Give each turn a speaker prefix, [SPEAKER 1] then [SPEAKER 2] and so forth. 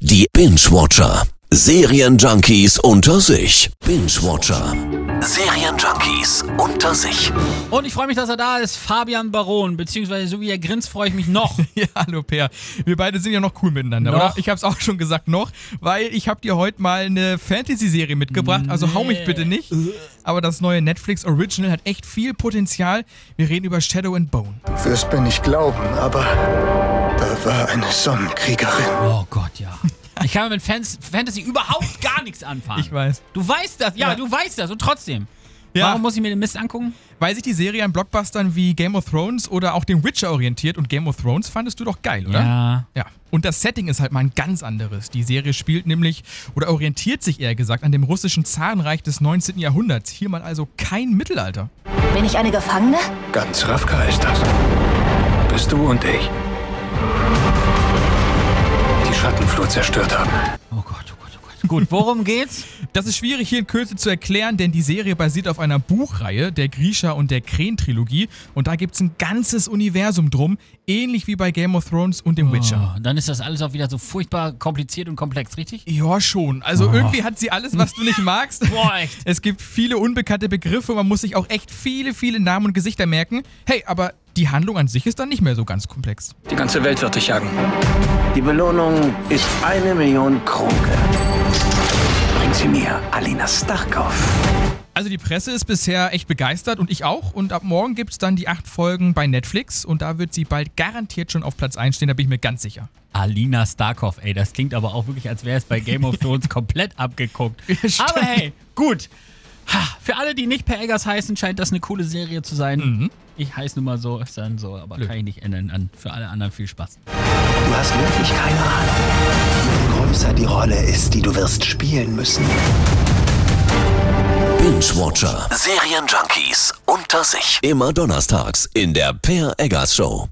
[SPEAKER 1] Die Binge-Watcher. Serienjunkies unter sich. Binge-Watcher. Serienjunkies unter sich.
[SPEAKER 2] Und ich freue mich, dass er da ist, Fabian Baron, beziehungsweise so wie er grinst, freue ich mich noch.
[SPEAKER 3] Ja, hallo Per. Wir beide sind ja noch cool miteinander,
[SPEAKER 2] Noch?
[SPEAKER 3] oder? Ich hab's auch schon gesagt, noch, weil ich hab dir heute mal eine Fantasy-Serie mitgebracht, also hau mich bitte nicht. Aber das neue Netflix Original hat echt viel Potenzial. Wir reden über Shadow and Bone.
[SPEAKER 4] Du wirst mir nicht glauben, aber da war eine Sonnenkriegerin.
[SPEAKER 2] Oh Gott, ja. Ich kann mit Fans Fantasy überhaupt gar nichts anfangen.
[SPEAKER 3] Ich weiß.
[SPEAKER 2] Du weißt das, ja,
[SPEAKER 3] Ja.
[SPEAKER 2] du weißt das und trotzdem.
[SPEAKER 3] Ja.
[SPEAKER 2] Warum muss ich mir den Mist angucken?
[SPEAKER 3] Weil sich die Serie an Blockbustern wie Game of Thrones oder auch dem Witcher orientiert und Game of Thrones fandest du doch geil, oder?
[SPEAKER 2] Ja.
[SPEAKER 3] Ja, und das Setting ist halt mal ein ganz anderes. Die Serie spielt nämlich oder orientiert sich eher gesagt an dem russischen Zarenreich des 19. Jahrhunderts. Hier mal also kein Mittelalter.
[SPEAKER 5] Bin ich eine Gefangene?
[SPEAKER 4] Ganz Rafka ist das. Bist du und ich. Die Schattenflut zerstört haben.
[SPEAKER 2] Oh Gott, oh Gott, oh Gott. Gut, worum geht's?
[SPEAKER 3] Das ist schwierig hier in Kürze zu erklären, denn die Serie basiert auf einer Buchreihe der Grisha und der Kren-Trilogie und da gibt's ein ganzes Universum drum, ähnlich wie bei Game of Thrones und dem Witcher.
[SPEAKER 2] Oh, dann ist das alles auch wieder so furchtbar kompliziert und komplex, richtig?
[SPEAKER 3] Ja, schon. Also irgendwie hat sie alles, was du nicht magst.
[SPEAKER 2] Ah. Boah, echt.
[SPEAKER 3] Es gibt viele unbekannte Begriffe, man muss sich auch echt viele, viele Namen und Gesichter merken. Hey, aber die Handlung an sich ist dann nicht mehr so ganz komplex.
[SPEAKER 4] Die ganze Welt wird dich jagen.
[SPEAKER 6] Die Belohnung ist eine Million Krunke.
[SPEAKER 4] Bring sie mir, Alina Starkov.
[SPEAKER 3] Also die Presse ist bisher echt begeistert und ich auch. Und ab morgen gibt's dann die acht Folgen bei Netflix und da wird sie bald garantiert schon auf Platz 1 stehen, da bin ich mir ganz sicher.
[SPEAKER 2] Alina Starkov, ey, das klingt aber auch wirklich, als wäre es bei Game of Thrones komplett abgeguckt.
[SPEAKER 3] stimmt.
[SPEAKER 2] aber hey, gut. Ha, für alle, die nicht Per Eggers heißen, scheint das eine coole Serie zu sein. Ich heiße nun mal so, ist dann so, aber kann ich nicht ändern. An. Für alle anderen viel Spaß.
[SPEAKER 4] Du hast wirklich keine Ahnung. Je größer die Rolle ist, die du wirst spielen müssen.
[SPEAKER 1] Binge-Watcher.
[SPEAKER 6] Serienjunkies unter sich.
[SPEAKER 1] Immer donnerstags in der Per Eggers Show.